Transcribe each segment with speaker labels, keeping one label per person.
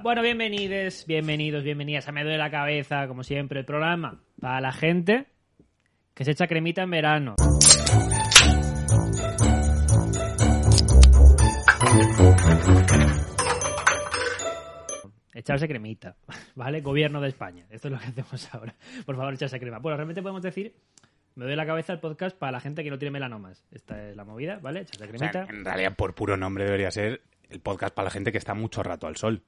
Speaker 1: Bueno, bienvenides, bienvenidos, bienvenidas a Me Duele la Cabeza, como siempre, el programa para la gente que se echa cremita en verano. Echarse cremita, ¿vale? Gobierno de España. Esto es lo que hacemos ahora. Por favor, echarse crema. Bueno, realmente podemos decir, me duele la cabeza el podcast para la gente que no tiene melanomas. Esta es la movida, ¿vale? Echarse
Speaker 2: O sea,
Speaker 1: cremita.
Speaker 2: en realidad, por puro nombre, debería ser el podcast para la gente que está mucho rato al sol.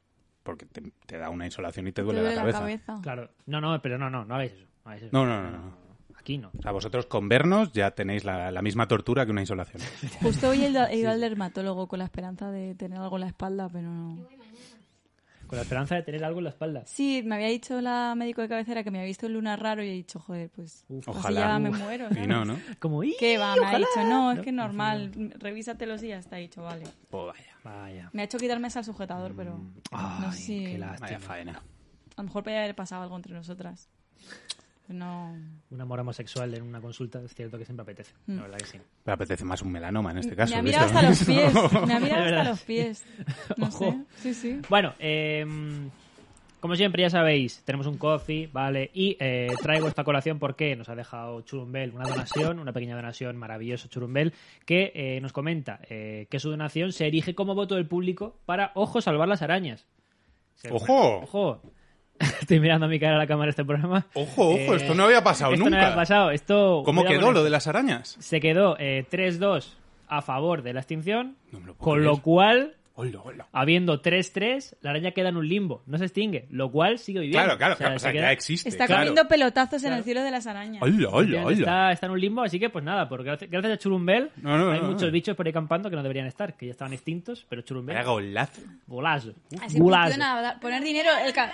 Speaker 2: Porque te, te da una insolación y te duele, la, cabeza.
Speaker 1: Claro. No, no, pero no, no, no hagáis eso. No, hagáis eso.
Speaker 2: No, no, no, no.
Speaker 1: Aquí no.
Speaker 2: O sea, vosotros con vernos ya tenéis la, la misma tortura que una insolación.
Speaker 3: Justo hoy he ido, he ido al dermatólogo con la esperanza de tener algo en la espalda, pero no.
Speaker 1: Con la esperanza de tener algo en la espalda.
Speaker 3: Sí, me había dicho la médico de cabecera que me había visto el lunar raro y he dicho, joder, pues
Speaker 1: Uf,
Speaker 3: así
Speaker 2: ojalá.
Speaker 3: ya me
Speaker 2: Uf.
Speaker 3: muero.
Speaker 2: Y no, ¿no?
Speaker 1: Como, "Ih".
Speaker 3: ¿Qué va? Me ha dicho, no, es que normal, revísatelos y ya está he dicho, vale.
Speaker 2: Oh, vaya.
Speaker 1: Vaya.
Speaker 3: Me ha hecho quitarme ese sujetador, pero no
Speaker 1: Mm. Ay,
Speaker 3: sé si-
Speaker 1: qué lástima.
Speaker 2: Vaya faena.
Speaker 3: a lo mejor podría haber pasado algo entre nosotras. Pero No.
Speaker 1: Un amor homosexual en una consulta es cierto que siempre apetece.
Speaker 3: Mm.
Speaker 1: La verdad que sí.
Speaker 2: Me apetece más un melanoma en este caso.
Speaker 3: Me ha
Speaker 2: que
Speaker 3: mirado
Speaker 2: eso.
Speaker 3: hasta los pies, me ha
Speaker 1: Es
Speaker 3: mirado hasta
Speaker 1: verdad.
Speaker 3: los pies. No sé,
Speaker 1: Ojo.
Speaker 3: sí, sí.
Speaker 1: Bueno, eh, como siempre, ya sabéis, tenemos un coffee, ¿vale? Y eh, traigo esta colación porque nos ha dejado Churumbel una donación, una pequeña donación, maravilloso Churumbel, que eh, nos comenta eh, que su donación se erige como voto del público para, ojo, salvar las arañas. Se-
Speaker 2: ¡Ojo!
Speaker 1: ¡Ojo! Estoy mirando a mi cara a la cámara este programa.
Speaker 2: Ojo, ojo,
Speaker 1: Eh,
Speaker 2: esto no había pasado
Speaker 1: esto
Speaker 2: nunca.
Speaker 1: no había pasado. Esto,
Speaker 2: ¿Cómo
Speaker 1: cuidado
Speaker 2: quedó
Speaker 1: con
Speaker 2: lo
Speaker 1: esto.
Speaker 2: de las arañas?
Speaker 1: Se quedó eh, 3-2 a favor de la extinción,
Speaker 2: No me lo puedo
Speaker 1: con
Speaker 2: creer.
Speaker 1: lo cual,
Speaker 2: Hola, hola.
Speaker 1: habiendo 3-3, la araña queda en un limbo, no se extingue, lo cual sigue viviendo.
Speaker 2: Claro, claro,
Speaker 1: O sea,
Speaker 2: claro, o
Speaker 1: se
Speaker 2: sea,
Speaker 1: queda-
Speaker 2: ya existe.
Speaker 3: Está
Speaker 2: claro.
Speaker 3: comiendo pelotazos en el cielo de las arañas.
Speaker 2: Hola, hola,
Speaker 1: Efectivamente,
Speaker 2: hola.
Speaker 1: Está, está en un limbo, así que pues nada, porque gracias, gracias a Churumbel
Speaker 2: No, no,
Speaker 1: hay
Speaker 2: no, no.
Speaker 1: muchos bichos por ahí campando que no deberían estar, que ya estaban extintos, pero Churumbel,
Speaker 2: Vaya golazo.
Speaker 1: golazo,
Speaker 3: Así
Speaker 1: golazo.
Speaker 3: funciona, da- poner dinero. El, ca-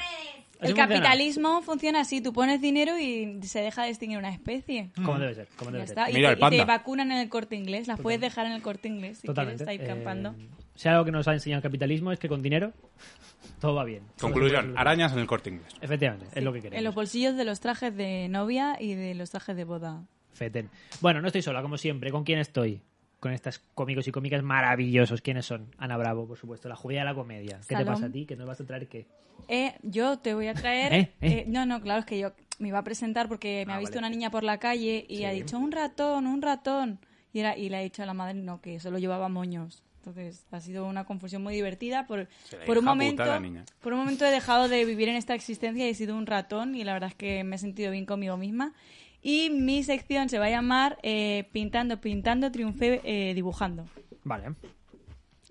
Speaker 3: el
Speaker 1: funciona.
Speaker 3: capitalismo funciona así, tú pones dinero y se deja de extinguir una especie.
Speaker 1: Mm. Como debe ser, como
Speaker 3: Ya
Speaker 1: debe ser.
Speaker 3: está. Y,
Speaker 2: Mira
Speaker 3: te,
Speaker 2: el
Speaker 3: y
Speaker 2: panda.
Speaker 3: te vacunan en el corte inglés, las puedes dejar en el corte inglés si
Speaker 1: Totalmente.
Speaker 3: quieres estar
Speaker 1: eh,
Speaker 3: campando.
Speaker 1: si hay algo que nos ha enseñado el capitalismo es que con dinero todo va bien. Todo se puede
Speaker 2: Conclusión,
Speaker 1: solucionar.
Speaker 2: arañas en el corte inglés.
Speaker 1: Efectivamente, es lo que
Speaker 3: En
Speaker 1: queremos.
Speaker 3: los bolsillos de los trajes de novia y de los trajes de boda.
Speaker 1: Feten. Bueno, no estoy sola, como siempre. ¿Con quién estoy? Con estas cómicos y cómicas maravillosos. ¿Quiénes son? Ana Bravo, por supuesto, la judía de la comedia. ¿Qué te
Speaker 3: Salom.
Speaker 1: pasa a ti? ¿Que no vas a traer qué?
Speaker 3: Eh, yo te voy a traer.
Speaker 1: Eh, eh.
Speaker 3: eh, no, no, claro, es que yo me iba a presentar porque me
Speaker 1: Ah,
Speaker 3: ha visto
Speaker 1: vale.
Speaker 3: una niña por la calle y ha dicho un ratón, un ratón. Y, era, y le ha dicho a la madre no, que solo llevaba moños. Entonces ha sido una confusión muy divertida. Por,
Speaker 2: Se la
Speaker 3: por, un
Speaker 2: hija puta
Speaker 3: momento,
Speaker 2: la niña.
Speaker 3: por un momento he dejado de vivir en esta existencia y he sido un ratón y la verdad es que me he sentido bien conmigo misma. Y mi sección se va a llamar eh, Pintando, Pintando, Triunfé, eh, Dibujando.
Speaker 1: Vale.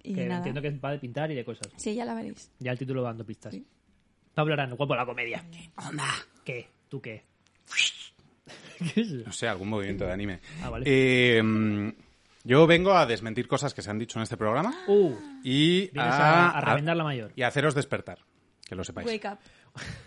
Speaker 3: Y
Speaker 1: que
Speaker 3: nada.
Speaker 1: entiendo que va de pintar y de cosas.
Speaker 3: Sí, ya la veréis.
Speaker 1: Ya el título va dando pistas. Pablo Arano, guapo de la comedia. Onda. ¿Qué? ¿Tú qué? ¿Qué es eso?
Speaker 2: No sé, algún movimiento de anime.
Speaker 1: Ah, vale.
Speaker 2: Eh, mm, yo vengo a desmentir cosas que se han dicho en este programa
Speaker 1: Uh,
Speaker 2: y
Speaker 1: Vienes
Speaker 2: Ah,
Speaker 1: a- a remendar la mayor.
Speaker 2: Y a haceros despertar, que lo sepáis.
Speaker 3: Wake up.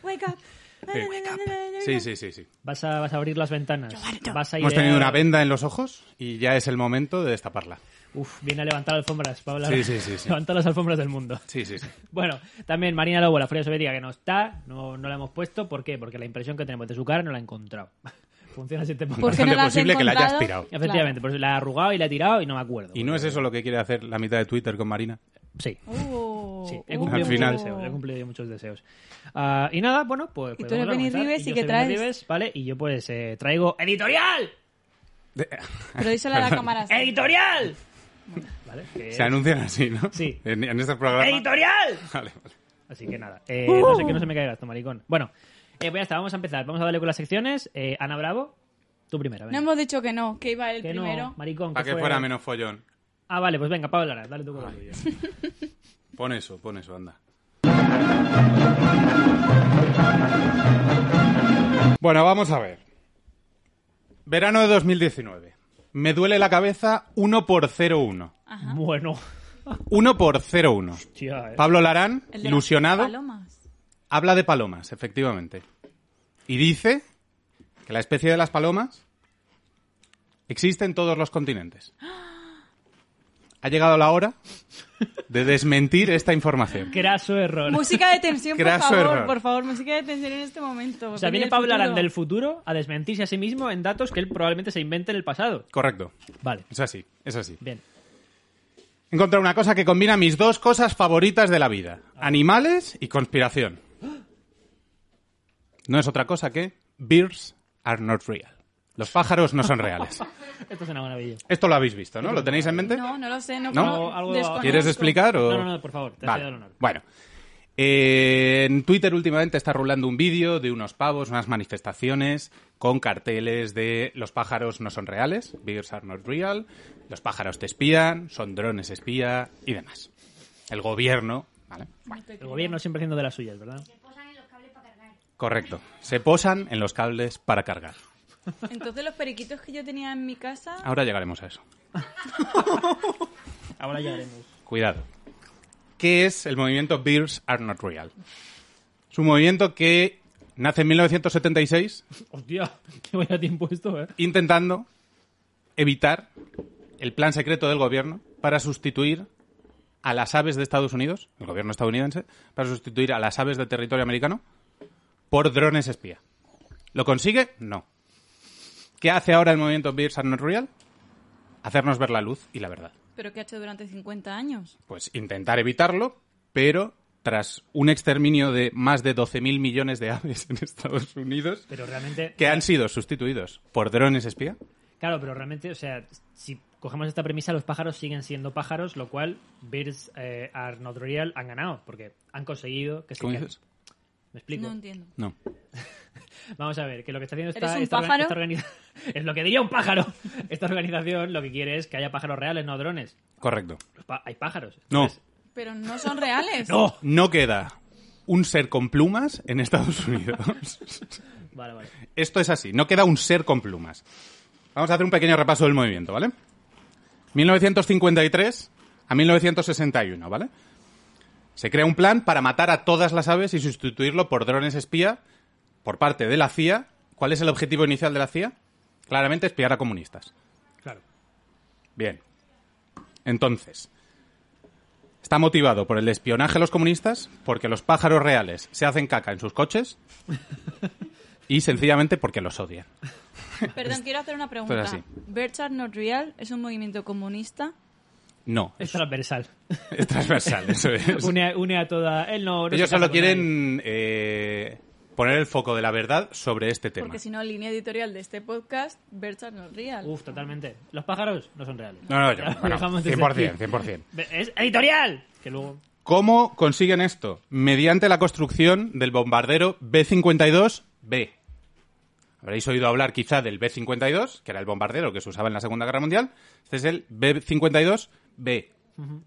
Speaker 3: Wake up.
Speaker 2: Sí, Pues. wake up. Sí, sí, sí, sí.
Speaker 1: vas, a, vas a abrir las ventanas. Vas a
Speaker 2: Hemos
Speaker 1: idear-
Speaker 2: tenido una venda en los ojos y ya es el momento de destaparla.
Speaker 1: Uf, viene a levantar alfombras, Pablo
Speaker 2: Sí,
Speaker 1: Arano.
Speaker 2: sí, sí, sí.
Speaker 1: Levantar las alfombras del mundo.
Speaker 2: Sí, sí, sí.
Speaker 1: Bueno, también Marina Lobo, la Furia Soviética, que no está, no, no la hemos puesto. ¿Por qué? Porque la impresión que tenemos de su cara no la he encontrado. Funciona así este
Speaker 3: ¿Por
Speaker 1: podcast.
Speaker 3: qué
Speaker 2: Bastante
Speaker 3: no la has
Speaker 2: posible que la haya
Speaker 3: encontrado?
Speaker 2: aspirado.
Speaker 1: Efectivamente, por eso la he arrugado y la he tirado y no me acuerdo.
Speaker 2: ¿Y no es eso lo que quiere hacer la mitad de Twitter con Marina?
Speaker 1: Sí.
Speaker 3: Uh,
Speaker 1: Sí, he
Speaker 3: uh.
Speaker 1: cumplido
Speaker 2: Al
Speaker 1: muchos
Speaker 2: final.
Speaker 1: deseos, he cumplido muchos deseos. Ah, y nada, bueno, pues...
Speaker 3: Y tú
Speaker 1: podemos
Speaker 3: eres Benny
Speaker 1: argumentar,
Speaker 3: Ribes, ¿y
Speaker 1: yo
Speaker 3: qué
Speaker 1: soy Benny
Speaker 3: traes?
Speaker 1: Ribes, vale, y yo pues eh, traigo... ¡Editorial!
Speaker 2: De-
Speaker 3: Pero díselo a la cámara. sí.
Speaker 1: ¡Editorial! ¿Vale? que
Speaker 2: Se
Speaker 1: es-
Speaker 2: anuncian así, ¿no?
Speaker 1: Eh. Sí.
Speaker 2: En, en este programa.
Speaker 1: ¡Editorial!
Speaker 2: Vale, vale.
Speaker 1: Así que nada, eh, no sé que no se me caiga esto, maricón. Bueno, eh, pues ya está, vamos a empezar. Vamos a darle con las secciones. Eh, Ana Bravo, tú primera.
Speaker 3: No
Speaker 1: venga.
Speaker 3: hemos dicho que no, que iba el
Speaker 1: que
Speaker 3: primero.
Speaker 1: no, maricón.
Speaker 2: Para que
Speaker 1: fue-
Speaker 2: fuera menos follón.
Speaker 1: Ah, vale, pues venga, Pablo Lara, dale tú con la tuya.
Speaker 2: Pon eso, pon eso, anda. Bueno, vamos a ver. Verano de 2019. Me duele la cabeza 1 por 01.
Speaker 3: Ah.
Speaker 1: Bueno,
Speaker 2: 1 por 01.
Speaker 1: hostia, eh.
Speaker 2: Pablo Larán,
Speaker 3: El de las
Speaker 2: ilusionado.
Speaker 3: Palomas.
Speaker 2: Habla de palomas, efectivamente. Y dice que la especie de las palomas existe en todos los continentes. Ha llegado la hora de desmentir esta información.
Speaker 1: Craso eh, error.
Speaker 3: Música de tensión, por
Speaker 2: Graso
Speaker 3: favor,
Speaker 2: error.
Speaker 3: por favor, música de tensión en este momento.
Speaker 1: O sea, viene Pablo Aranda del futuro a desmentirse a sí mismo en datos que él probablemente se invente en el pasado.
Speaker 2: Correcto.
Speaker 1: Vale,
Speaker 2: Es así, es así.
Speaker 1: bien.
Speaker 2: He encontrado una cosa que combina mis dos cosas favoritas de la vida: animales y conspiración. No es otra cosa que birds are not real. Los pájaros no son reales.
Speaker 1: Esto es una maravilla.
Speaker 2: Esto lo habéis visto, ¿no? ¿Lo tenéis en mente?
Speaker 3: No, no lo sé, no,
Speaker 2: ¿No?
Speaker 3: no,
Speaker 1: Algo-
Speaker 3: desconozco.
Speaker 2: ¿Quieres explicar o...?
Speaker 1: No, no, no, por favor, te
Speaker 2: Vale,
Speaker 1: cedo el honor.
Speaker 2: Bueno. Eh, en Twitter últimamente está rulando un vídeo de unos pavos, unas manifestaciones con carteles de los pájaros no son reales, birds are not real, los pájaros te espían, son drones espía y demás. El gobierno, ¿vale?
Speaker 1: El gobierno siempre haciendo de las suyas, ¿verdad?
Speaker 2: Correcto. Se posan en los cables para cargar.
Speaker 3: Entonces los periquitos que yo tenía en mi casa...
Speaker 2: Ahora llegaremos a eso.
Speaker 1: Ahora ya veremos.
Speaker 2: Cuidado. ¿Qué es el movimiento Birds Are Not Real? Es un movimiento que nace en 1976
Speaker 1: Hostia, qué vaya tiempo esto, ¿eh?
Speaker 2: intentando evitar el plan secreto del gobierno para sustituir a las aves de Estados Unidos, el gobierno estadounidense, para sustituir a las aves de territorio americano por drones espía. ¿Lo consigue? No. ¿Qué hace ahora el movimiento Birds Are Not Real? Hacernos ver la luz y la verdad.
Speaker 3: ¿Pero qué ha hecho durante 50 años?
Speaker 2: Pues intentar evitarlo, pero tras un exterminio de más de 12.000 millones de aves en Estados Unidos
Speaker 1: Pero realmente,
Speaker 2: que han sido sustituidos por drones espía,
Speaker 1: claro, pero realmente, o sea, si cogemos esta premisa, los pájaros siguen siendo pájaros, lo cual Birds eh, Are Not Real han ganado, porque han conseguido que
Speaker 2: ¿cómo
Speaker 1: sigan.
Speaker 2: dices?
Speaker 1: ¿Me explico?
Speaker 3: No entiendo.
Speaker 2: No.
Speaker 1: Vamos a ver, que lo que está haciendo
Speaker 3: ¿Eres
Speaker 1: esta,
Speaker 3: un
Speaker 1: esta orga-
Speaker 3: pájaro?
Speaker 1: esta organiza- es lo que diría un pájaro. Esta organización lo que quiere es que haya pájaros reales, no drones.
Speaker 2: Correcto.
Speaker 1: Los pa- hay pájaros.
Speaker 2: No,
Speaker 1: Entonces-
Speaker 3: Pero no son reales.
Speaker 1: No.
Speaker 2: no queda un ser con plumas en Estados Unidos.
Speaker 1: Vale, vale.
Speaker 2: Esto es así, no queda un ser con plumas. Vamos a hacer un pequeño repaso del movimiento, ¿vale? 1953 a 1961, ¿vale? Se crea un plan para matar a todas las aves y sustituirlo por drones espía por parte de la CIA. ¿Cuál es el objetivo inicial de la CIA? Claramente espiar a comunistas.
Speaker 1: Claro.
Speaker 2: Bien. Entonces, está motivado por el espionaje a los comunistas, porque los pájaros reales se hacen caca en sus coches y sencillamente porque los odian.
Speaker 3: Perdón, quiero hacer una pregunta.
Speaker 2: así.
Speaker 3: Birds Are Not Real es un movimiento comunista.
Speaker 2: No,
Speaker 1: Es transversal.
Speaker 2: es transversal, eso es.
Speaker 1: Une, a- une a toda. Él no, no
Speaker 2: Pues Ellos
Speaker 1: se casa
Speaker 2: solo
Speaker 1: con
Speaker 2: quieren eh, poner el foco de la verdad sobre este tema.
Speaker 3: Porque si no, línea editorial de este podcast, Birds Are Not Real.
Speaker 1: nadie. Uf, totalmente. Los pájaros no son reales.
Speaker 2: No, no, yo,
Speaker 1: Ya lo
Speaker 2: bueno,
Speaker 1: dejamos desde
Speaker 2: 100%,
Speaker 1: aquí.
Speaker 2: 100%.
Speaker 1: Ve- ¡Es editorial! Que luego.
Speaker 2: ¿Cómo consiguen esto? Mediante la construcción del bombardero B-52B. Habréis oído hablar quizá del B-52, que era el bombardero que se usaba en la Segunda Guerra Mundial. Este es el B-52B.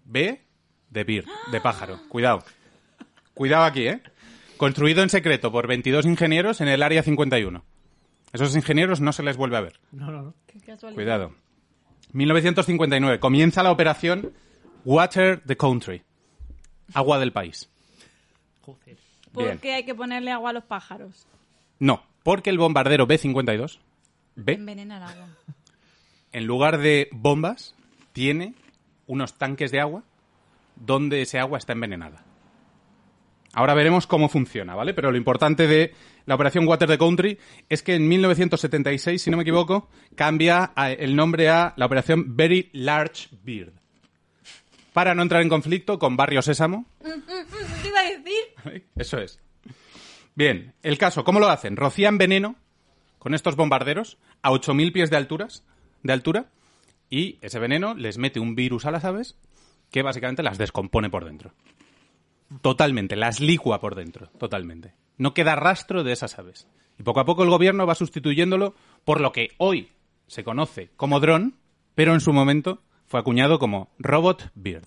Speaker 2: B de bir, de pájaro. Cuidado. Cuidado aquí, ¿eh? Construido en secreto por 22 ingenieros en el Área 51. Esos ingenieros no se les vuelve a ver.
Speaker 1: No, no, no.
Speaker 3: Qué casualidad.
Speaker 2: Cuidado. 1959. Comienza la operación Water the Country. Agua del país.
Speaker 1: Joder.
Speaker 3: ¿Por
Speaker 2: Bien.
Speaker 3: qué hay que ponerle agua a los pájaros?
Speaker 2: No, porque el bombardero B-52, B,
Speaker 3: Envenena el agua.
Speaker 2: en lugar de bombas, tiene unos tanques de agua donde ese agua está envenenada. Ahora veremos cómo funciona, ¿vale? Pero lo importante de la operación Water the Country es que en 1976, si no me equivoco, cambia a- el nombre a la operación Very Large Bird. Para no entrar en conflicto con Barrio Sésamo,
Speaker 3: ¿Qué iba a decir?
Speaker 2: Eso es. Bien, el caso, ¿cómo lo hacen? Rocían veneno con estos bombarderos a 8.000 pies de, alturas, de altura y ese veneno les mete un virus a las aves que básicamente las descompone por dentro. Totalmente, las licua por dentro, totalmente. No queda rastro de esas aves. Y poco a poco el gobierno va sustituyéndolo por lo que hoy se conoce como dron, pero en su momento fue acuñado como robot bird.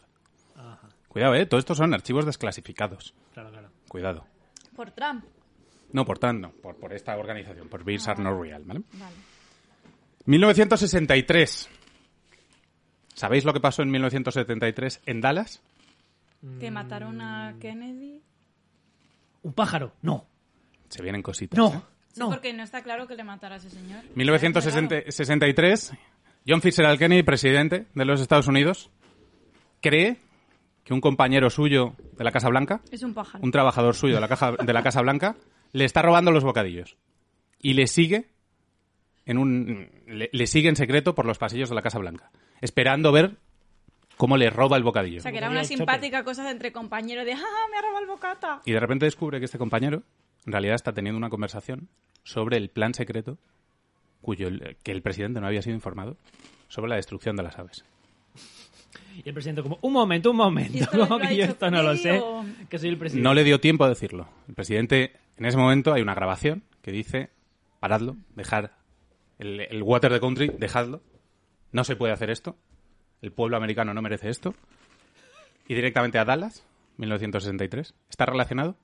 Speaker 2: Cuidado, eh, todo esto son archivos desclasificados.
Speaker 1: Claro, claro.
Speaker 2: Cuidado.
Speaker 3: Por Trump.
Speaker 2: No, por tanto, por, por esta organización, por Birds Are Not Real, ¿vale?
Speaker 3: Vale.
Speaker 2: 1963. ¿Sabéis lo que pasó en 1973 en Dallas?
Speaker 1: Mm.
Speaker 3: ¿Que mataron a Kennedy?
Speaker 1: ¿Un pájaro? No.
Speaker 2: Se vienen cositas. ¿eh?
Speaker 1: No.
Speaker 3: Sí,
Speaker 1: No.
Speaker 3: Porque no está claro que le matara a ese señor.
Speaker 2: 1963, John Fitzgerald Kennedy, presidente de los Estados Unidos, cree que un compañero suyo de la Casa Blanca,
Speaker 3: Es un pájaro.
Speaker 2: un trabajador suyo de la, caja, de la Casa Blanca, le está robando los bocadillos. Y le sigue en un le, le sigue en secreto por los pasillos de la Casa Blanca, esperando ver cómo le roba el bocadillo.
Speaker 3: O sea, que era una
Speaker 1: Chope.
Speaker 3: simpática cosa de entre compañeros de ¡Ah, me ha robado el bocata!
Speaker 2: Y de repente descubre que este compañero en realidad está teniendo una conversación sobre el plan secreto cuyo el- que el presidente no había sido informado sobre la destrucción de las aves.
Speaker 1: Y el presidente como, un momento, un
Speaker 3: ¿Y
Speaker 1: momento,
Speaker 3: esto
Speaker 1: como
Speaker 3: lo ha
Speaker 1: que yo
Speaker 3: dicho
Speaker 1: esto no lo
Speaker 3: Kennedy
Speaker 1: sé,
Speaker 3: o-
Speaker 1: que soy el presidente.
Speaker 2: No le dio tiempo a decirlo. El presidente, en ese momento, hay una grabación que dice, paradlo, dejad el, el water the country, dejadlo. No se puede hacer esto. El pueblo americano no merece esto. Y directamente a Dallas, 1963. ¿Está relacionado?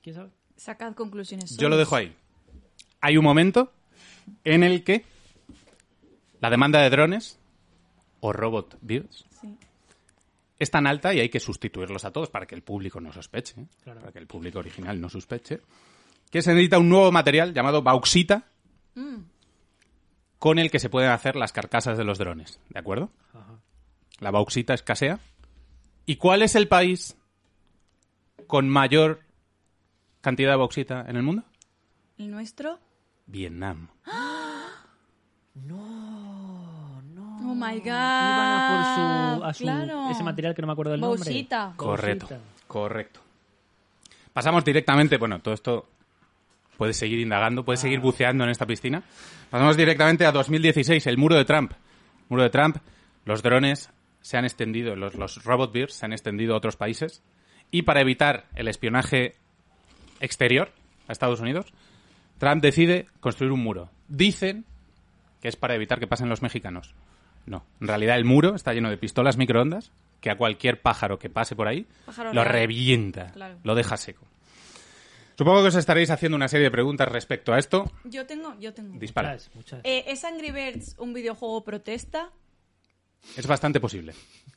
Speaker 1: ¿Quién sabe?
Speaker 3: Sacad conclusiones.
Speaker 2: Yo lo dejo ahí. Hay un momento en el que la demanda de drones o robot birds
Speaker 3: Sí.
Speaker 2: es tan alta y hay que sustituirlos a todos para que el público no sospeche, ¿eh?
Speaker 1: Claro.
Speaker 2: para que el público original no sospeche, que se necesita un nuevo material llamado bauxita con el que se pueden hacer las carcasas de los drones, ¿de acuerdo? La bauxita escasea. ¿Y cuál es el país con mayor cantidad de bauxita en el mundo?
Speaker 3: ¿El nuestro?
Speaker 2: Vietnam.
Speaker 3: Oh, my God.
Speaker 1: Iban Ah, a por su, a su-
Speaker 3: Ah, claro.
Speaker 1: ese material que no me acuerdo del nombre.
Speaker 3: Bolsita.
Speaker 2: Correcto,
Speaker 1: Bolsita.
Speaker 2: correcto. Pasamos directamente, bueno, todo esto puedes seguir indagando, puedes seguir buceando en esta piscina. Pasamos directamente a 2016, el muro de Trump. Muro de Trump, los drones se han extendido, los, los robot birds se han extendido a otros países y para evitar el espionaje exterior a Estados Unidos, Trump decide construir un muro. Dicen que es para evitar que pasen los mexicanos. No, en realidad el muro está lleno de pistolas microondas que a cualquier pájaro que pase por ahí
Speaker 3: Pájaro
Speaker 2: lo
Speaker 3: real.
Speaker 2: revienta,
Speaker 3: Claro.
Speaker 2: lo deja seco. Supongo que os estaréis haciendo una serie de preguntas respecto a esto.
Speaker 3: Yo tengo, yo tengo.
Speaker 2: Dispara.
Speaker 1: Muchas, muchas.
Speaker 3: Eh, ¿Es Angry Birds un videojuego protesta?
Speaker 2: Es bastante posible.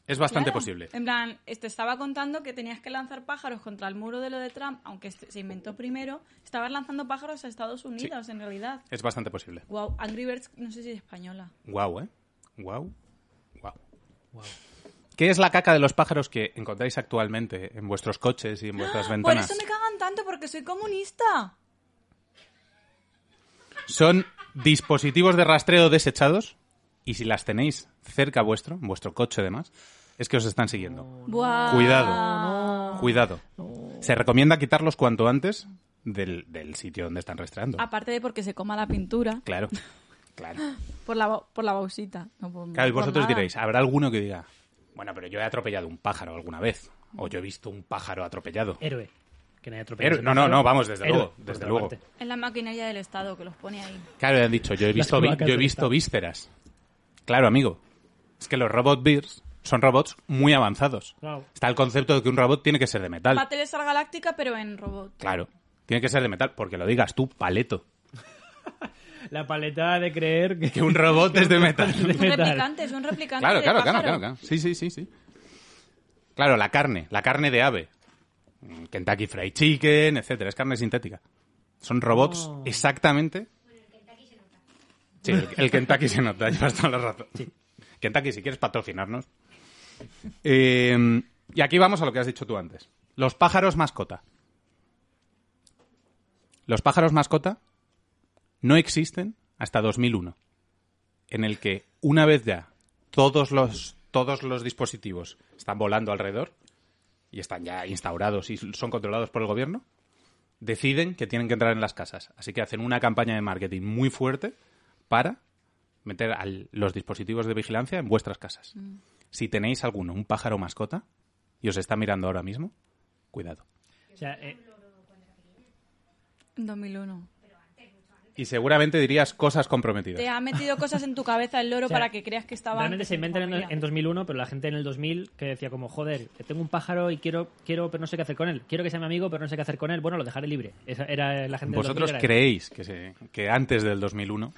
Speaker 2: Es bastante
Speaker 3: Claro.
Speaker 2: posible.
Speaker 3: En plan, eh, te estaba contando que tenías que lanzar pájaros contra el muro de lo de Trump, aunque este- se inventó primero. Estabas lanzando pájaros a Estados Unidos, en realidad.
Speaker 2: Es bastante posible.
Speaker 3: Wow, Angry Birds, no sé si es española.
Speaker 2: Guau, ¿eh? Guau. Guau. ¿Qué es la caca de los pájaros que encontráis actualmente en vuestros coches y en vuestras
Speaker 3: Ah, Por
Speaker 2: ventanas?
Speaker 3: eso me cagan tanto, porque soy comunista.
Speaker 2: Son dispositivos de rastreo desechados y si las tenéis cerca vuestro, en vuestro coche además, es que os están siguiendo.
Speaker 3: Buah.
Speaker 2: Cuidado. Cuidado. Se recomienda quitarlos cuanto antes del, del sitio donde están rastreando.
Speaker 3: Aparte de porque se coma la pintura
Speaker 2: Claro, claro.
Speaker 3: por la, bo- por la bolsita. no por-
Speaker 2: Claro, y
Speaker 3: por
Speaker 2: vosotros
Speaker 3: nada.
Speaker 2: diréis, habrá alguno que diga, bueno, pero yo he atropellado un pájaro alguna vez, o yo he visto un pájaro atropellado.
Speaker 3: Eh.
Speaker 1: Héroe. Que nadie atropella.
Speaker 2: Héroe.
Speaker 1: ese
Speaker 2: No, no,
Speaker 1: pájaro.
Speaker 2: no, vamos, desde
Speaker 1: Héroe,
Speaker 2: luego,
Speaker 1: por
Speaker 2: desde
Speaker 1: otra
Speaker 2: luego.
Speaker 1: parte.
Speaker 3: Es la maquinaria del Estado que los pone ahí.
Speaker 2: Claro, han dicho, yo he visto, vi-
Speaker 1: cloacas
Speaker 2: yo he
Speaker 1: del
Speaker 2: visto
Speaker 1: Estado.
Speaker 2: vísceras. Claro, amigo. Es que los robot beers son robots muy avanzados.
Speaker 1: Claro.
Speaker 2: Está el concepto de que un robot tiene que ser de metal.
Speaker 3: Battle Star Galáctica, pero en robot.
Speaker 2: Claro, tiene que ser de metal, porque lo digas tú, paleto.
Speaker 1: La paleta de creer que...
Speaker 2: Que un robot es de metal.
Speaker 1: de
Speaker 3: Un
Speaker 1: metal.
Speaker 3: replicante, es un replicante.
Speaker 2: Claro,
Speaker 3: de
Speaker 2: claro, claro,
Speaker 3: pájaro.
Speaker 2: claro, claro. Sí, sí, sí, sí. Claro, la carne, la carne de ave. Mm, Kentucky Fried Chicken, etcétera, es carne sintética. Son robots
Speaker 3: Oh.
Speaker 2: exactamente. Sí, el, el Kentucky se nota, llevas toda la razón. Kentucky, si quieres patrocinarnos. Eh, y aquí vamos a lo que has dicho tú antes. Los pájaros mascota. Los pájaros mascota no existen hasta 2001 en el que una vez ya todos los todos los dispositivos están volando alrededor y están ya instaurados y son controlados por el gobierno, deciden que tienen que entrar en las casas. Así que hacen una campaña de marketing muy fuerte para meter a los dispositivos de vigilancia en vuestras casas. Si tenéis alguno, un pájaro mascota, y os está mirando ahora mismo, cuidado.
Speaker 1: O sea, eh,
Speaker 3: En 2001.
Speaker 2: Y seguramente dirías cosas comprometidas.
Speaker 3: Te ha metido cosas en tu cabeza el loro
Speaker 1: O sea,
Speaker 3: para que creas que estaba.
Speaker 1: realmente
Speaker 3: antes
Speaker 1: se
Speaker 3: en tu
Speaker 1: inventan en,
Speaker 3: familia.
Speaker 1: en 2001, pero la gente en el 2000 que decía como, joder, tengo un pájaro y quiero, quiero, pero no sé qué hacer con él. Quiero que sea mi amigo, pero no sé qué hacer con él. Bueno, lo dejaré libre. Esa era la gente del 2000
Speaker 2: ¿Vosotros
Speaker 1: era-
Speaker 2: creéis que, se- que antes del 2001?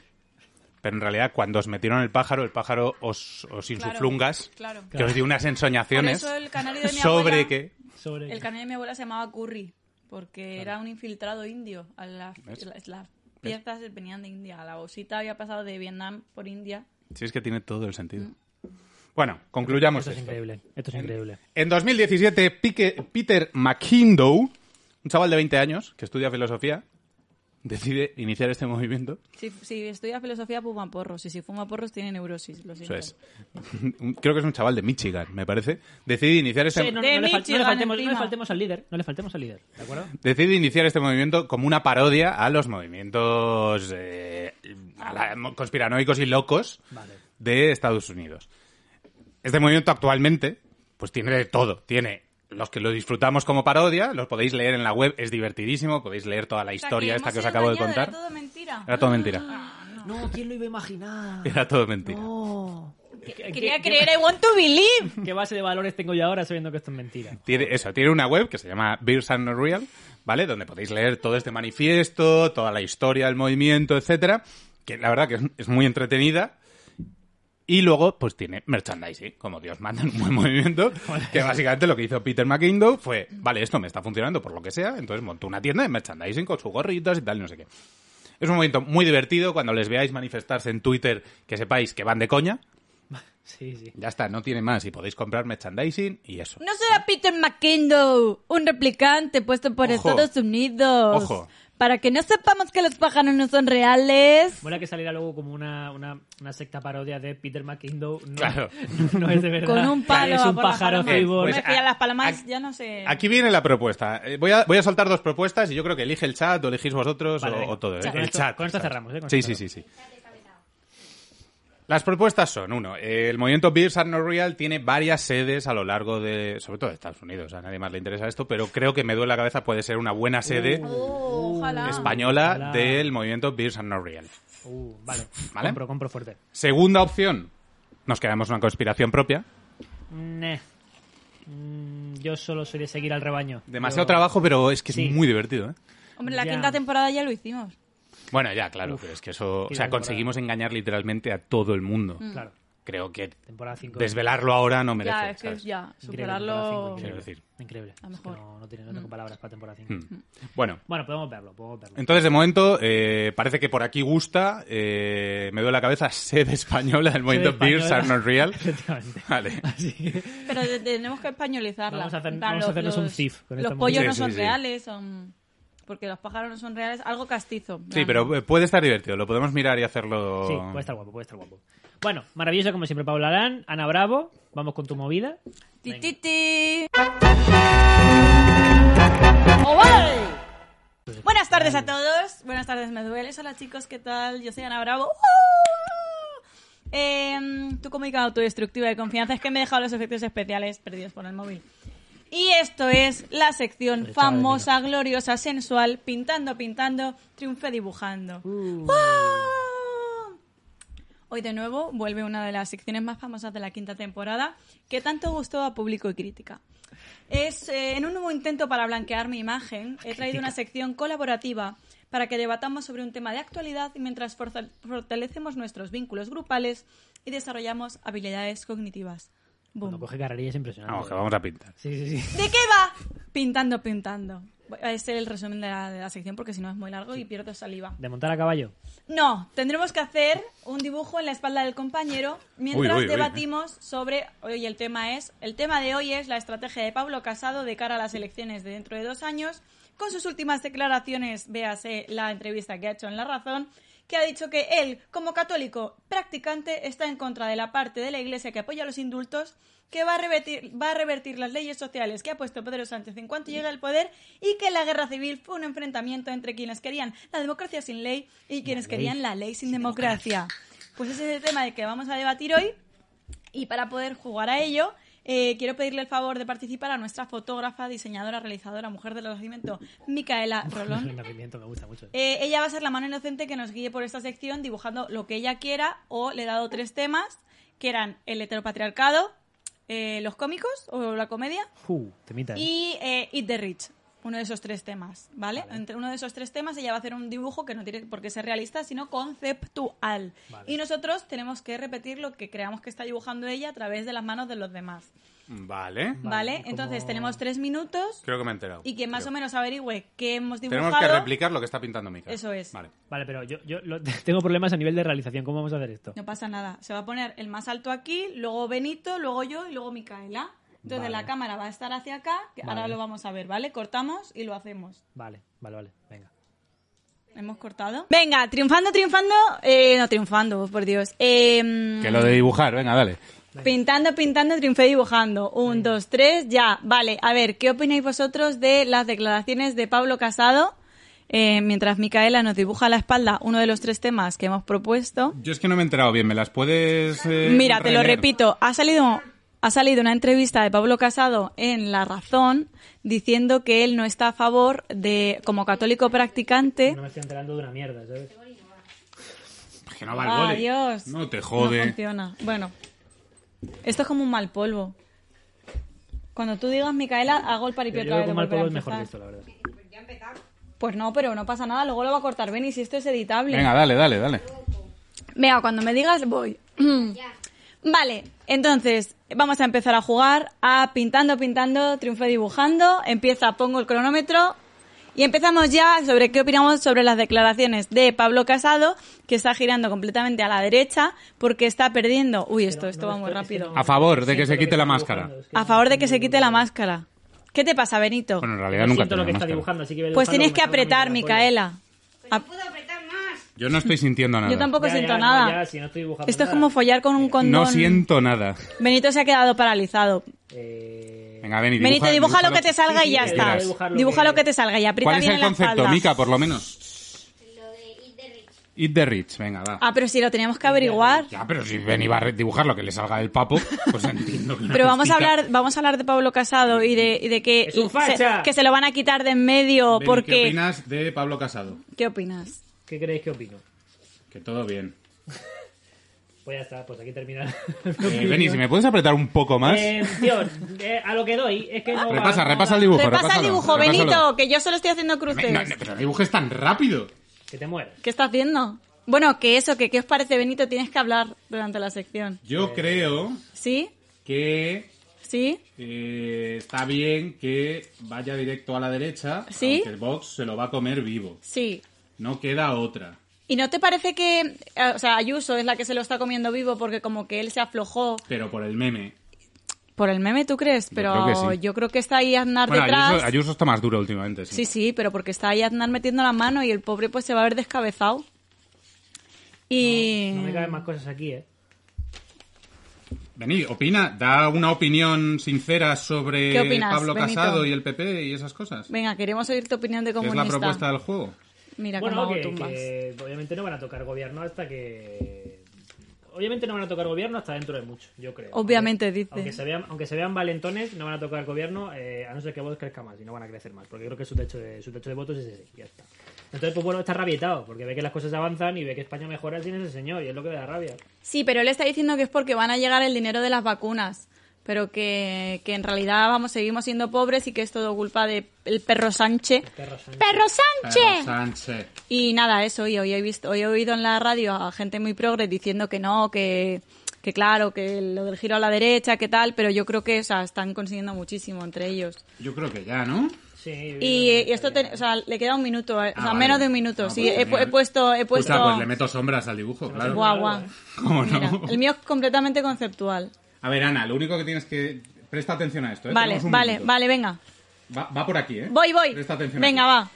Speaker 2: Pero en realidad, cuando os metieron el pájaro, el pájaro os, os
Speaker 3: Claro,
Speaker 2: insuflungas,
Speaker 3: Claro.
Speaker 2: que os dio unas ensoñaciones
Speaker 3: Por eso el canario de mi
Speaker 2: sobre
Speaker 3: abuela-
Speaker 2: que...
Speaker 1: sobre...
Speaker 3: El canal de mi abuela se llamaba Curry, porque era un infiltrado indio. A las,
Speaker 2: ¿Ves?
Speaker 3: las- las piezas venían de India. La bolsita había pasado de Vietnam por India.
Speaker 2: Si es que tiene todo el sentido. Bueno, concluyamos
Speaker 1: Esto es
Speaker 2: esto.
Speaker 1: increíble, esto es increíble.
Speaker 2: En 2017, Pique- Peter McKindow, un chaval de 20 años que estudia filosofía, decide iniciar este movimiento.
Speaker 3: Si, si estudia filosofía, fuma porros. Y si fuma porros, tiene neurosis. Lo
Speaker 2: Eso
Speaker 3: siento.
Speaker 2: es. Un- Creo que es un chaval de Michigan, me parece. Decide iniciar este,
Speaker 1: Sí, no, no
Speaker 3: De
Speaker 1: le fal- no le
Speaker 3: Michigan
Speaker 1: faltemos, no le
Speaker 3: encima.
Speaker 1: faltemos al líder, no le faltemos al líder, ¿de acuerdo?
Speaker 2: decide iniciar este movimiento como una parodia a los movimientos eh, a la- conspiranoicos y locos
Speaker 1: Vale.
Speaker 2: de Estados Unidos. Este movimiento actualmente, pues tiene de todo. Tiene los que lo disfrutamos como parodia, los podéis leer en la web, es divertidísimo, podéis leer toda la historia esta que os acabo de contar. Eh.
Speaker 3: Era todo mentira.
Speaker 2: Era todo Ah. mentira.
Speaker 1: No, ¿quién lo iba a imaginar?
Speaker 2: Era todo mentira.
Speaker 3: Quería creer I want to believe.
Speaker 1: ¿Qué base de valores tengo yo ahora sabiendo que esto es mentira?
Speaker 2: Tiene, eso, tiene una web que se llama Beers and Real, ¿vale? Donde podéis leer todo este manifiesto, toda la historia del movimiento, etcétera. Que la verdad que es, es muy entretenida. Y luego, pues tiene merchandising, como Dios manda en un buen movimiento. Que básicamente lo que hizo Peter McKindow fue, vale, esto me está funcionando por lo que sea, entonces montó una tienda de merchandising con sus gorritas y tal, y no sé qué. Es un momento muy divertido cuando les veáis manifestarse en Twitter, que sepáis que van de coña.
Speaker 1: Sí, sí.
Speaker 2: Ya está, no tiene más y podéis comprar merchandising y eso.
Speaker 3: No será Peter McKindow, un replicante puesto por
Speaker 2: Ojo.
Speaker 3: Estados Unidos.
Speaker 2: Ojo.
Speaker 3: Para que no sepamos que los pájaros no son reales.
Speaker 1: Mola que saliera luego como una, una, una secta parodia de Peter McKindow. No,
Speaker 2: Claro.
Speaker 1: No es de verdad.
Speaker 3: Con un palo.
Speaker 1: Es
Speaker 3: a
Speaker 1: un
Speaker 3: por las
Speaker 1: pájaro
Speaker 3: palomas.
Speaker 1: cyborg.
Speaker 3: Hombre,
Speaker 2: Pues,
Speaker 3: es que ya
Speaker 2: a-
Speaker 3: las palomas
Speaker 2: a-
Speaker 3: ya no sé.
Speaker 2: Aquí viene la propuesta. Eh, Voy a, voy a soltar dos propuestas y yo creo que elige el chat o elegís vosotros
Speaker 1: Vale,
Speaker 2: o- o,
Speaker 1: venga.
Speaker 2: todo. ¿eh?
Speaker 1: Chat. Con
Speaker 2: El
Speaker 1: esto-
Speaker 2: chat.
Speaker 1: con esto
Speaker 2: ¿sabes?
Speaker 1: cerramos, ¿eh? Con
Speaker 2: sí,
Speaker 1: esto
Speaker 2: sí, sí, sí. Las propuestas son, uno, eh, el movimiento Beers Are No Real tiene varias sedes a lo largo de, sobre todo de Estados Unidos, a nadie más le interesa esto, pero creo que me duele la cabeza, puede ser una buena sede
Speaker 3: Oh, ojalá.
Speaker 2: española
Speaker 1: Uh. Ojalá.
Speaker 2: del movimiento Beers Are No Real.
Speaker 1: Uh, vale.
Speaker 2: Vale.
Speaker 1: Compro, compro fuerte.
Speaker 2: Segunda opción, nos quedamos una conspiración propia.
Speaker 1: Nah. Mm, yo solo soy de seguir al rebaño.
Speaker 2: Demasiado
Speaker 1: Yo-
Speaker 2: trabajo, pero es que es
Speaker 1: Sí.
Speaker 2: muy divertido, ¿eh?
Speaker 3: Hombre, la
Speaker 1: Ya.
Speaker 3: quinta temporada ya lo hicimos.
Speaker 2: Bueno, ya, claro, pero es que eso... O
Speaker 1: qué
Speaker 2: sea,
Speaker 1: temporada.
Speaker 2: conseguimos engañar literalmente a todo el mundo.
Speaker 1: Claro.
Speaker 2: Creo que
Speaker 1: Temporada 5.
Speaker 2: desvelarlo ahora no merece.
Speaker 3: Mm. ya, es que
Speaker 2: ¿sabes?
Speaker 3: ya, superarlo.
Speaker 2: Quiero decir.
Speaker 1: Increíble.
Speaker 3: A
Speaker 1: Es que
Speaker 3: mejor.
Speaker 1: no, no, tiene- no tengo palabras para temporada 5.
Speaker 2: Mm. Bueno,
Speaker 1: Bueno, podemos verlo, podemos verlo.
Speaker 2: entonces de momento eh, parece que por aquí gusta, eh, me duele la cabeza, sede española del movimiento Beers Are Not Real.
Speaker 1: Efectivamente.
Speaker 2: Vale.
Speaker 1: Así que-
Speaker 3: Pero de- tenemos que españolizarla.
Speaker 1: Vamos a hacer-
Speaker 3: En plan,
Speaker 1: vamos a hacernos un CIF con
Speaker 3: Los
Speaker 1: esta
Speaker 3: pollos
Speaker 2: movida.
Speaker 3: no
Speaker 2: Sí,
Speaker 3: son
Speaker 2: sí, sí.
Speaker 3: reales, son... porque los pájaros no son reales. Algo castizo. en
Speaker 2: Sí,
Speaker 3: plan,
Speaker 2: pero eh, puede estar divertido, lo podemos mirar y hacerlo...
Speaker 1: Sí, puede estar guapo, puede estar guapo. Bueno, maravilloso como siempre, Paula Arán, Ana Bravo, vamos con tu movida.
Speaker 3: Ti, ti, ti. ¡Ole! Buenas tardes a todos. Buenas tardes, me dueles. Hola chicos, ¿qué tal? Yo soy Ana Bravo. ¡Uh! Em, tu comunicado autodestructiva de confianza es que me he dejado los efectos especiales perdidos por el móvil. Y esto es la sección
Speaker 1: Echaba de
Speaker 3: famosa, gloriosa, sensual, pintando, pintando, triunfe dibujando. ¡Wow! Hoy de nuevo vuelve una de las secciones más famosas de la quinta temporada que tanto gustó a público y crítica. Es, eh, en un nuevo intento para blanquear mi imagen, he traído una sección colaborativa para que debatamos sobre un tema de actualidad mientras forza- fortalecemos nuestros vínculos grupales y desarrollamos habilidades cognitivas. Boom.
Speaker 1: Cuando coge carrería es impresionante.
Speaker 2: Vamos, que vamos a pintar.
Speaker 1: Sí, sí, sí.
Speaker 3: ¿De qué va? Pintando, pintando. Es el resumen de la, de la sección porque si no es muy largo y pierdo saliva.
Speaker 1: De montar a caballo.
Speaker 3: No, tendremos que hacer un dibujo en la espalda del compañero mientras
Speaker 2: Uy, uy, uy.
Speaker 3: debatimos sobre hoy el tema es el tema de hoy es la estrategia de Pablo Casado de cara a las elecciones de dentro de dos años con sus últimas declaraciones véase la entrevista que ha hecho en La Razón que ha dicho que él como católico practicante está en contra de la parte de la Iglesia que apoya los indultos que va a revertir, va a revertir las leyes sociales que ha puesto Pedro Sánchez en cuanto llegue al poder y que la guerra civil fue un enfrentamiento entre quienes querían la democracia sin ley y quienes querían la ley sin democracia. Pues ese es el tema del que vamos a debatir hoy y para poder jugar a ello, eh, quiero pedirle el favor de participar a nuestra fotógrafa, diseñadora, realizadora, mujer del renacimiento, Micaela
Speaker 1: El
Speaker 3: Rolón.
Speaker 1: nacimiento me gusta mucho.
Speaker 3: Eh, ella va a ser la mano inocente que nos guíe por esta sección dibujando lo que ella quiera o le he dado tres temas, que eran el heteropatriarcado, eh, los cómicos o la comedia
Speaker 1: Uh, temita, ¿eh?
Speaker 3: y eh, Eat the Rich. uno de esos tres temas, ¿vale?
Speaker 1: Vale.
Speaker 3: Entre uno de esos tres temas ella va a hacer un dibujo que no tiene por qué ser realista, sino conceptual.
Speaker 1: Vale.
Speaker 3: Y nosotros tenemos que repetir lo que creamos que está dibujando ella a través de las manos de los demás,
Speaker 2: Vale.
Speaker 1: Vale,
Speaker 3: ¿vale?
Speaker 1: ¿y
Speaker 3: Entonces
Speaker 1: cómo-
Speaker 3: tenemos tres minutos
Speaker 2: Creo que me he enterado.
Speaker 3: y quien más
Speaker 2: Creo.
Speaker 3: o menos averigüe qué hemos dibujado.
Speaker 2: Tenemos que replicar lo que está pintando Mika.
Speaker 3: Eso es.
Speaker 2: Vale.
Speaker 1: Vale, pero yo, yo lo- tengo problemas a nivel de realización. ¿Cómo vamos a hacer esto?
Speaker 3: No pasa nada. Se va a poner el más alto aquí, luego Benito, luego yo y luego Micaela. Entonces
Speaker 1: Vale.
Speaker 3: la cámara va a estar hacia acá, que ahora
Speaker 1: Vale.
Speaker 3: lo vamos a ver, ¿vale? Cortamos y lo hacemos.
Speaker 1: Vale, vale, vale. Venga.
Speaker 3: Hemos cortado. Venga, triunfando, triunfando. eh, no, triunfando, por Dios. Em,
Speaker 2: Que lo de dibujar, venga, dale.
Speaker 3: Pintando, pintando, triunfé dibujando. Un, dos, tres, ya. Vale, a ver, ¿qué opináis vosotros de las declaraciones de Pablo Casado? Eh, mientras Micaela nos dibuja a la espalda uno de los tres temas que hemos propuesto.
Speaker 2: Yo es que no me he enterado bien, ¿me las puedes.? eh,
Speaker 3: Mira, te lo
Speaker 2: releer?
Speaker 3: repito, ha salido, ha salido una entrevista de Pablo Casado en La Razón diciendo que él no está a favor de, como católico practicante,
Speaker 1: No me estoy enterando de una mierda, ¿sabes?
Speaker 2: Que no va el
Speaker 3: Ah,
Speaker 2: vole.
Speaker 3: Dios.
Speaker 2: No te
Speaker 3: No
Speaker 2: jode.
Speaker 3: funciona. Bueno, esto es como un mal polvo. Cuando tú digas Micaela, hago el
Speaker 1: Yo
Speaker 3: paripio otra
Speaker 1: creo
Speaker 3: vez.
Speaker 1: que
Speaker 3: de
Speaker 1: un mal
Speaker 3: volver a
Speaker 1: polvo es mejor que esto,
Speaker 3: empezar.
Speaker 1: la verdad.
Speaker 3: Pues no, pero no pasa nada. Luego lo va a cortar Benny si esto es editable.
Speaker 2: Venga, dale, dale, dale.
Speaker 3: Venga, cuando me digas voy. Vale, entonces vamos a empezar a jugar a pintando, pintando, triunfo dibujando. Empieza, pongo el cronómetro y empezamos ya sobre qué opinamos sobre las declaraciones de Pablo Casado, que está girando completamente a la derecha porque está perdiendo. Uy, esto,
Speaker 1: no
Speaker 3: esto
Speaker 1: me
Speaker 3: va muy
Speaker 1: estoy-
Speaker 3: rápido.
Speaker 1: es
Speaker 2: A favor de que se
Speaker 1: Siento lo
Speaker 2: quite la
Speaker 1: está
Speaker 2: máscara.
Speaker 1: dibujando, es que
Speaker 3: A favor de que se quite la máscara. ¿Qué te pasa, Benito?
Speaker 2: Bueno, en realidad nunca
Speaker 1: Siento lo que
Speaker 2: tenía
Speaker 1: está
Speaker 2: máscara.
Speaker 1: dibujando, así que voy a
Speaker 3: Pues
Speaker 1: dibujarlo
Speaker 3: tienes que
Speaker 1: como me salga
Speaker 3: apretar,
Speaker 1: la polla.
Speaker 3: Micaela. Ap-
Speaker 2: Yo no estoy sintiendo nada.
Speaker 3: Yo tampoco
Speaker 1: Ya, ya,
Speaker 3: siento
Speaker 1: no,
Speaker 3: nada.
Speaker 1: ya, si no estoy dibujando
Speaker 3: Esto es
Speaker 1: nada.
Speaker 3: como follar con un condón.
Speaker 2: No siento nada.
Speaker 3: Benito se ha quedado paralizado.
Speaker 1: Eh,
Speaker 2: Venga, ven y dibuja,
Speaker 3: Benito, dibuja lo que te salga
Speaker 1: Sí,
Speaker 3: y
Speaker 1: sí,
Speaker 3: ya
Speaker 1: que
Speaker 3: está.
Speaker 1: quiero dibujar lo
Speaker 3: Dibuja
Speaker 1: que-
Speaker 3: lo que te salga y aprieta
Speaker 2: ¿Cuál es
Speaker 3: bien
Speaker 2: el
Speaker 3: en la
Speaker 2: concepto,
Speaker 3: espalda.
Speaker 2: Mika, por lo menos? Lo de Eat the Rich. venga, va.
Speaker 3: Ah, pero si lo teníamos que averiguar.
Speaker 2: Ya, pero si Ben iba a re- dibujar lo que le salga del papo, pues entiendo que una
Speaker 3: Pero vamos a
Speaker 2: cosita-
Speaker 3: hablar, vamos a hablar de Pablo Casado y de, y de que,
Speaker 1: Es un
Speaker 3: se,
Speaker 1: facha.
Speaker 3: que se lo van a quitar de en medio
Speaker 2: Ben,
Speaker 3: porque.
Speaker 2: ¿Qué opinas de Pablo Casado?
Speaker 3: ¿Qué opinas?
Speaker 1: ¿Qué creéis que opino?
Speaker 2: Que todo bien.
Speaker 1: Pues ya está, pues aquí termina.
Speaker 2: Eh, Beni, si me puedes apretar un poco más.
Speaker 1: Eh, tío, eh, a lo que doy es que no. va
Speaker 2: repasa,
Speaker 1: nada.
Speaker 2: repasa el dibujo.
Speaker 3: Oh, Repasa el
Speaker 2: repásalo,
Speaker 3: dibujo,
Speaker 2: repásalo.
Speaker 3: Benito, que yo solo estoy haciendo cruces.
Speaker 2: No, no, pero dibujes tan rápido.
Speaker 1: Que te mueres.
Speaker 3: ¿Qué está haciendo? Bueno, que eso, que qué os parece, Benito, tienes que hablar durante la sección.
Speaker 2: Yo creo
Speaker 3: ¿Sí?
Speaker 2: que
Speaker 3: ¿Sí?
Speaker 2: eh, está bien que vaya directo a la derecha,
Speaker 3: ¿Sí?
Speaker 2: aunque el box se lo va a comer vivo.
Speaker 3: Sí.
Speaker 2: No queda otra.
Speaker 3: ¿Y no te parece que, eh, o sea, Ayuso es la que se lo está comiendo vivo porque como que él se aflojó
Speaker 2: Pero por el meme.
Speaker 3: por el meme, tú crees? Pero
Speaker 2: creo que sí.
Speaker 3: yo creo que está ahí Aznar
Speaker 2: Bueno,
Speaker 3: detrás.
Speaker 2: Ayuso, Ayuso está más duro últimamente. Sí.
Speaker 3: Sí, sí, pero porque está ahí Aznar metiendo la mano y el pobre pues se va a ver descabezado. Y
Speaker 1: No me caben más cosas aquí, ¿eh?
Speaker 2: Vení, opina, da una opinión sincera sobre
Speaker 3: ¿Qué opinas,
Speaker 2: Pablo
Speaker 3: Benito?
Speaker 2: Casado y el PP y esas cosas.
Speaker 3: venga, queremos oír tu opinión de
Speaker 2: Que es la
Speaker 3: comunista.
Speaker 2: propuesta del juego.
Speaker 3: Mira
Speaker 1: Bueno,
Speaker 3: cómo
Speaker 1: que,
Speaker 3: tumbas.
Speaker 1: que obviamente no van a tocar gobierno hasta que. Obviamente no van a tocar gobierno hasta dentro de mucho, yo creo.
Speaker 3: Obviamente,
Speaker 1: Aunque-
Speaker 3: dice.
Speaker 1: Aunque se, vean, aunque se vean valentones, no van a tocar gobierno, eh, a no ser que Vox crezca más y no van a crecer más, porque creo que su techo de, su techo de votos es ese, ya está. Entonces, pues bueno, está rabietado, porque ve que las cosas avanzan y ve que España mejora sin ese señor, y es lo que le da rabia.
Speaker 3: Sí, pero él está diciendo que es porque van a llegar el dinero de las vacunas, pero que, que en realidad vamos seguimos siendo pobres y que es todo culpa de el perro Sánchez.
Speaker 1: Perro Sánchez.
Speaker 3: ¡Perro
Speaker 2: Pero
Speaker 3: Sánchez!
Speaker 2: Sánchez.
Speaker 3: Y nada, eso, y hoy he visto, hoy he oído en la radio a gente muy progres diciendo que no, que, que claro, que lo del giro a la derecha, que tal, pero yo creo que o sea, están consiguiendo muchísimo entre ellos.
Speaker 2: Yo creo que ya, ¿no?
Speaker 1: Sí,
Speaker 3: Y, eh, y esto, te- o sea, le queda un minuto, eh, o
Speaker 2: Ah,
Speaker 3: sea,
Speaker 2: vale.
Speaker 3: menos de un minuto.
Speaker 2: Ah,
Speaker 3: sí,
Speaker 2: pues
Speaker 3: he, pu- he
Speaker 2: genial.
Speaker 3: puesto, he puesto.
Speaker 2: Escucha, pues le meto sombras al dibujo, claro.
Speaker 3: Guau, guau.
Speaker 2: ¿Cómo no?
Speaker 3: Mira, el mío es completamente conceptual.
Speaker 2: A ver, Ana, lo único que tienes que... Presta atención a esto, ¿eh?
Speaker 3: Vale,
Speaker 2: Tenemos un
Speaker 3: vale,
Speaker 2: minuto.
Speaker 3: vale, venga.
Speaker 2: Va, va por aquí, ¿eh?
Speaker 3: Voy, voy.
Speaker 2: Presta atención
Speaker 3: Venga, va.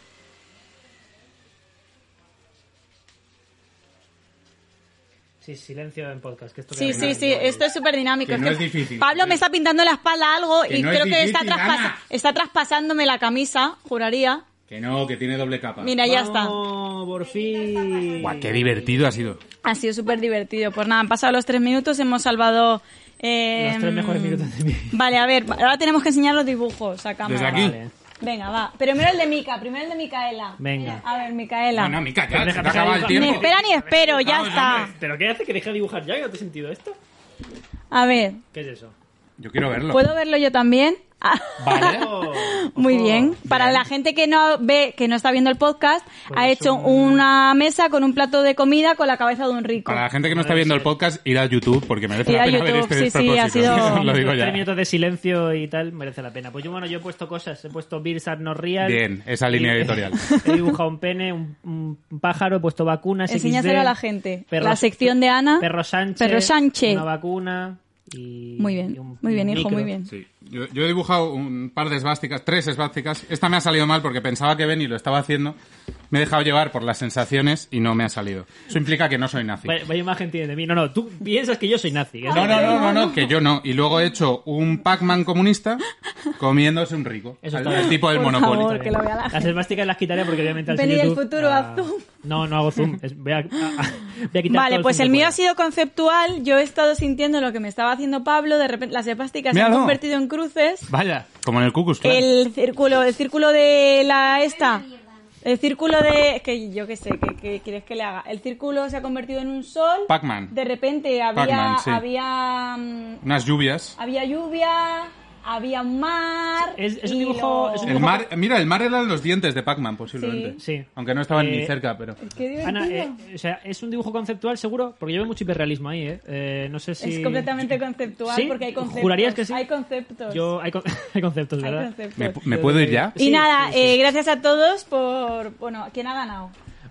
Speaker 1: Sí, silencio en podcast. Que esto
Speaker 3: Sí,
Speaker 1: queda
Speaker 3: sí,
Speaker 1: muy
Speaker 3: sí, eh,
Speaker 1: bien.
Speaker 3: esto es súper dinámico.
Speaker 2: Que no es difícil.
Speaker 3: Pablo me está pintando la espalda algo
Speaker 2: Que
Speaker 3: y
Speaker 2: no es
Speaker 3: creo que está,
Speaker 2: difícil,
Speaker 3: traspasa-
Speaker 2: Ana.
Speaker 3: está traspasándome la camisa, juraría.
Speaker 2: Que no, que tiene doble capa.
Speaker 3: Mira, ya está.
Speaker 1: Vamos, por fin.
Speaker 2: Guau, qué divertido ha sido.
Speaker 3: Ha sido súper divertido. Pues nada, han pasado los tres minutos, hemos salvado... eh,
Speaker 1: Los tres mejores minutos de mi vida.
Speaker 3: Vale, a ver, ahora tenemos que enseñar los dibujos a cámara.
Speaker 2: Desde aquí.
Speaker 1: Vale.
Speaker 3: Venga, va. Primero el de Mica, primero el de Micaela.
Speaker 1: Venga.
Speaker 3: A ver, Micaela.
Speaker 2: No, no, Mica, ya,
Speaker 1: Pero
Speaker 2: se te
Speaker 1: deja
Speaker 2: ha acabado el
Speaker 1: pasar
Speaker 3: ni
Speaker 1: el
Speaker 2: tiempo.
Speaker 1: tiempo.
Speaker 3: espera ni espero, ya
Speaker 2: Vamos,
Speaker 3: está.
Speaker 1: ¿Pero qué hace que deje de dibujar ya? ¿No te he sentido esto?
Speaker 3: A ver,
Speaker 1: ¿Qué es eso?
Speaker 2: Yo quiero verlo.
Speaker 3: ¿puedo verlo yo también? Ah.
Speaker 2: Vale.
Speaker 1: Oh,
Speaker 3: Muy bien. Para la gente que no ve, que no está viendo el podcast, ha hecho una mesa con un plato de comida con la cabeza de un rico.
Speaker 2: Para la gente que no está viendo el podcast, ir a YouTube porque merece
Speaker 3: Ir
Speaker 2: la
Speaker 3: a
Speaker 2: pena ver
Speaker 3: YouTube,
Speaker 2: este
Speaker 3: sí, sí,
Speaker 2: despropósito.
Speaker 3: ha sido-
Speaker 2: Os lo digo
Speaker 1: Los tres
Speaker 2: ya.
Speaker 1: minutos de silencio y tal merece la pena. Pues yo, bueno, yo he puesto cosas. He puesto Beers Are Not Real.
Speaker 2: Bien, esa línea editorial.
Speaker 1: He dibujado un pene, un, un pájaro, he puesto vacunas.
Speaker 3: Enséñaselo
Speaker 1: XD,
Speaker 3: a la gente.
Speaker 1: perros-
Speaker 3: la sección de Ana.
Speaker 1: Perro Sánchez.
Speaker 3: Perro Sánchez.
Speaker 1: Una vacuna. Y,
Speaker 3: Muy
Speaker 1: y
Speaker 3: bien,
Speaker 1: un-
Speaker 3: muy bien,
Speaker 1: un
Speaker 3: hijo,
Speaker 1: micro.
Speaker 3: muy bien.
Speaker 2: Sí. Yo, yo he dibujado un par de esvásticas, tres esvásticas. Esta me ha salido mal porque pensaba que Benny lo estaba haciendo. Me he dejado llevar por las sensaciones y no me ha salido. Eso implica que no soy nazi.
Speaker 1: Vaya, vaya imagen tiene de mí. No, no, tú piensas que yo soy nazi. ¿eh?
Speaker 2: No, no, no, no, no, que yo no. Y luego he hecho un Pac-Man comunista comiéndose un rico.
Speaker 1: Eso
Speaker 2: al
Speaker 1: está bien.
Speaker 2: tipo del
Speaker 3: Por
Speaker 2: Monopoly.
Speaker 3: favor, que lo vea la
Speaker 1: ¿eh? Las esvásticas las quitaré porque obviamente al ser
Speaker 3: Vení del
Speaker 1: YouTube,
Speaker 3: futuro,
Speaker 1: ah,
Speaker 3: haz zoom.
Speaker 1: No, no hago zoom. Es- voy, a, voy a quitar todo
Speaker 3: Vale, pues
Speaker 1: zoom
Speaker 3: el
Speaker 1: que
Speaker 3: mío
Speaker 1: pueda.
Speaker 3: ha sido conceptual. Yo he estado sintiendo lo que me estaba haciendo Pablo. De repente las esvásticas se han
Speaker 2: Míralo.
Speaker 3: convertido en cruces.
Speaker 2: Vaya, como en el Cucus,
Speaker 3: El círculo, el círculo de la esta. El círculo de. Es que yo qué sé, ¿qué, qué quieres que le haga? El círculo se ha convertido en un sol.
Speaker 2: Pac-Man.
Speaker 3: De repente había.
Speaker 2: Pac-Man, sí.
Speaker 3: Había. mm,
Speaker 2: Unas lluvias.
Speaker 3: Había lluvia. Había un mar.
Speaker 1: Es- es
Speaker 3: y
Speaker 1: un dibujo- es un
Speaker 2: El mar, mira, el mar eran los dientes de Pac-Man, posiblemente.
Speaker 1: Sí. Sí.
Speaker 2: Aunque no estaban
Speaker 1: Eh,
Speaker 2: ni cerca, pero.
Speaker 3: Qué divertido.
Speaker 1: Ana, eh, o sea, es un dibujo conceptual seguro, porque yo veo mucho hiperrealismo ahí, ¿eh? Eh, no sé si...
Speaker 3: Es completamente conceptual
Speaker 1: ¿Sí?
Speaker 3: porque hay conceptos.
Speaker 1: ¿Jurarías que sí?
Speaker 3: Hay conceptos.
Speaker 1: Yo, hay, con- hay conceptos,
Speaker 3: hay
Speaker 1: ¿verdad?
Speaker 3: conceptos.
Speaker 2: ¿Me, me puedo ir ya?
Speaker 3: Y
Speaker 1: Sí,
Speaker 3: nada,
Speaker 1: sí, sí.
Speaker 3: eh, gracias a todos por. Bueno, ¿quién ha ganado?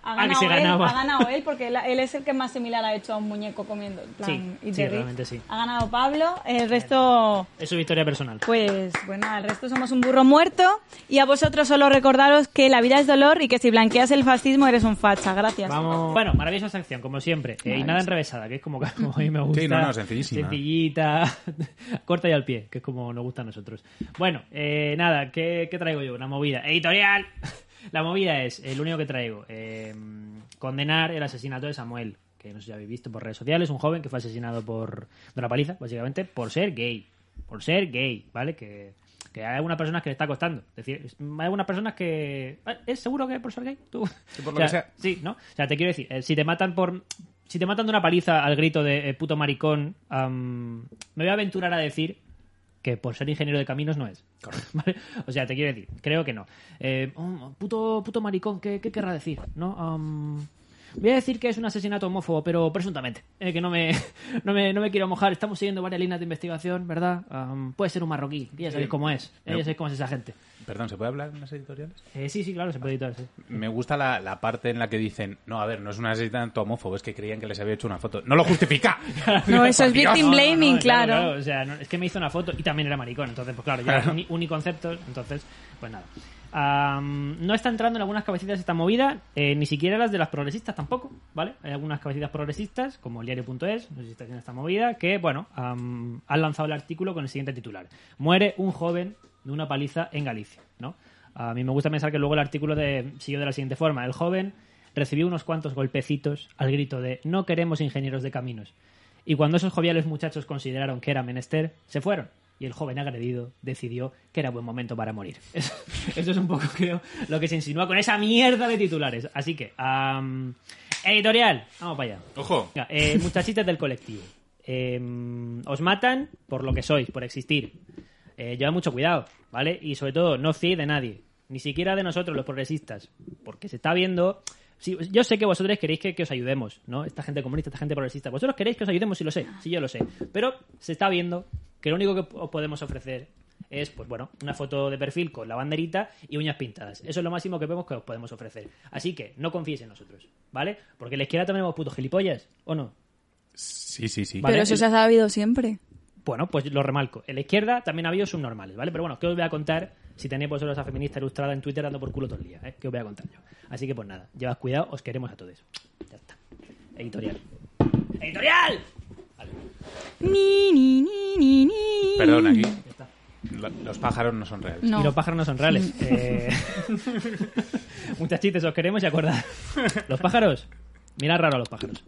Speaker 3: Ha
Speaker 1: Ah, que
Speaker 3: ganado,
Speaker 1: se
Speaker 3: él,
Speaker 1: ganaba.
Speaker 3: ha ganado él, porque él, él es el que más similar ha hecho a un muñeco comiendo. en plan,
Speaker 1: Sí,
Speaker 3: Eat
Speaker 1: sí,
Speaker 3: the Rich.
Speaker 1: realmente sí.
Speaker 3: Ha ganado Pablo, el resto,
Speaker 1: Es su victoria personal.
Speaker 3: pues bueno, el resto somos un burro muerto. Y a vosotros solo recordaros que la vida es dolor y que si blanqueas el fascismo eres un facha. Gracias.
Speaker 1: Vamos. Bueno, maravillosa sección, como siempre. Eh, y nada enrevesada, que es como, como a mí me gusta.
Speaker 2: Sí, no, no, sencillísima.
Speaker 1: Sencillita, corta y al pie, que es como nos gusta a nosotros. Bueno, eh, nada, ¿qué, qué traigo yo? Una movida. Editorial. La movida es, el único que traigo, eh, condenar el asesinato de Samuel, que no sé si habéis visto por redes sociales, un joven que fue asesinado por de una paliza, básicamente, por ser gay. Por ser gay, ¿vale? Que, que hay algunas personas que le está costando. Es decir, hay algunas personas que... "Ah, ¿Es seguro que es por ser gay? Tú.
Speaker 2: por lo
Speaker 1: O sea,
Speaker 2: que sea.
Speaker 1: Sí, ¿no? O sea, te quiero decir, eh, si te matan por. Si te matan de una paliza al grito de eh, puto maricón, am, me voy a aventurar a decir que por ser ingeniero de caminos no es. ¿Vale? O sea, te quiero decir, creo que no. Eh, um, puto, puto maricón, ¿qué, qué querrá decir? ¿No? Am, voy a decir que es un asesinato homófobo, pero presuntamente. Eh, que no me, no, me, no me quiero mojar. Estamos siguiendo varias líneas de investigación, ¿verdad? Am, puede ser un marroquí, que ya sabéis cómo es. eh, ya sabéis cómo es esa gente.
Speaker 2: Perdón, ¿se puede hablar en las editoriales?
Speaker 1: Eh, sí, sí, claro, se puede editar. sí.
Speaker 2: Me gusta la, la parte en la que dicen, no, a ver, no es un asesinato homófobo, es que creían que les había hecho una foto. ¡No lo justifica!
Speaker 3: No, eso es
Speaker 2: Por Dios.
Speaker 3: Pues victim blaming,
Speaker 1: No,
Speaker 3: claro.
Speaker 1: O sea, no, es que me hizo una foto y también era maricón. Entonces, pues claro, ya uni- uniconceptos. Entonces, pues nada. Am, no está entrando en algunas cabecitas esta movida, eh, ni siquiera las de las progresistas tampoco, ¿vale? Hay algunas cabecitas progresistas, como el diario.es, no sé si está haciendo esta movida, que, bueno, am, han lanzado el artículo con el siguiente titular. Muere un joven de una paliza en Galicia, ¿no? A mí me gusta pensar que luego el artículo de, siguió de la siguiente forma. El joven recibió unos cuantos golpecitos al grito de no queremos ingenieros de caminos. Y cuando esos joviales muchachos consideraron que era menester, se fueron. Y el joven agredido decidió que era buen momento para morir. Eso, eso es un poco, creo, lo que se insinúa con esa mierda de titulares. Así que, am, editorial, vamos para allá.
Speaker 2: Ojo,
Speaker 1: Venga, eh, muchachitas del colectivo. Eh, os matan por lo que sois, por existir. Eh, llevad mucho cuidado, ¿vale? Y sobre todo, no os fiéis de nadie. Ni siquiera de nosotros, los progresistas. Porque se está viendo... sí, yo sé que vosotros queréis que, que os ayudemos, ¿no? Esta gente comunista, esta gente progresista. Vosotros queréis que os ayudemos, sí lo sé. Sí, yo lo sé. Pero se está viendo que lo único que os podemos ofrecer es, pues bueno, una foto de perfil con la banderita y uñas pintadas. Eso es lo máximo que vemos que os podemos ofrecer. Así que no confíes en nosotros, ¿vale? Porque la izquierda también hemos putos gilipollas, ¿o no?
Speaker 2: sí, sí, sí.
Speaker 1: Vale.
Speaker 4: Pero eso se ha sabido siempre.
Speaker 1: Bueno, pues lo remarco. En la izquierda también ha habido subnormales, ¿vale? Pero bueno, ¿qué os voy a contar si tenéis vosotros a feminista ilustrada en Twitter dando por culo todo el día? ¿eh? ¿Qué os voy a contar yo? Así que pues nada, llevad cuidado, os queremos a todos. Ya está. Editorial. ¡Editorial!
Speaker 4: Ni, ni, ni, ni, ni.
Speaker 2: Perdón, aquí.
Speaker 1: Ya está.
Speaker 2: lo- Los pájaros no son reales.
Speaker 4: No.
Speaker 1: Y los pájaros no son reales. Eh... Muchachitos, os queremos y acordad. Los pájaros. Mira raro a los pájaros.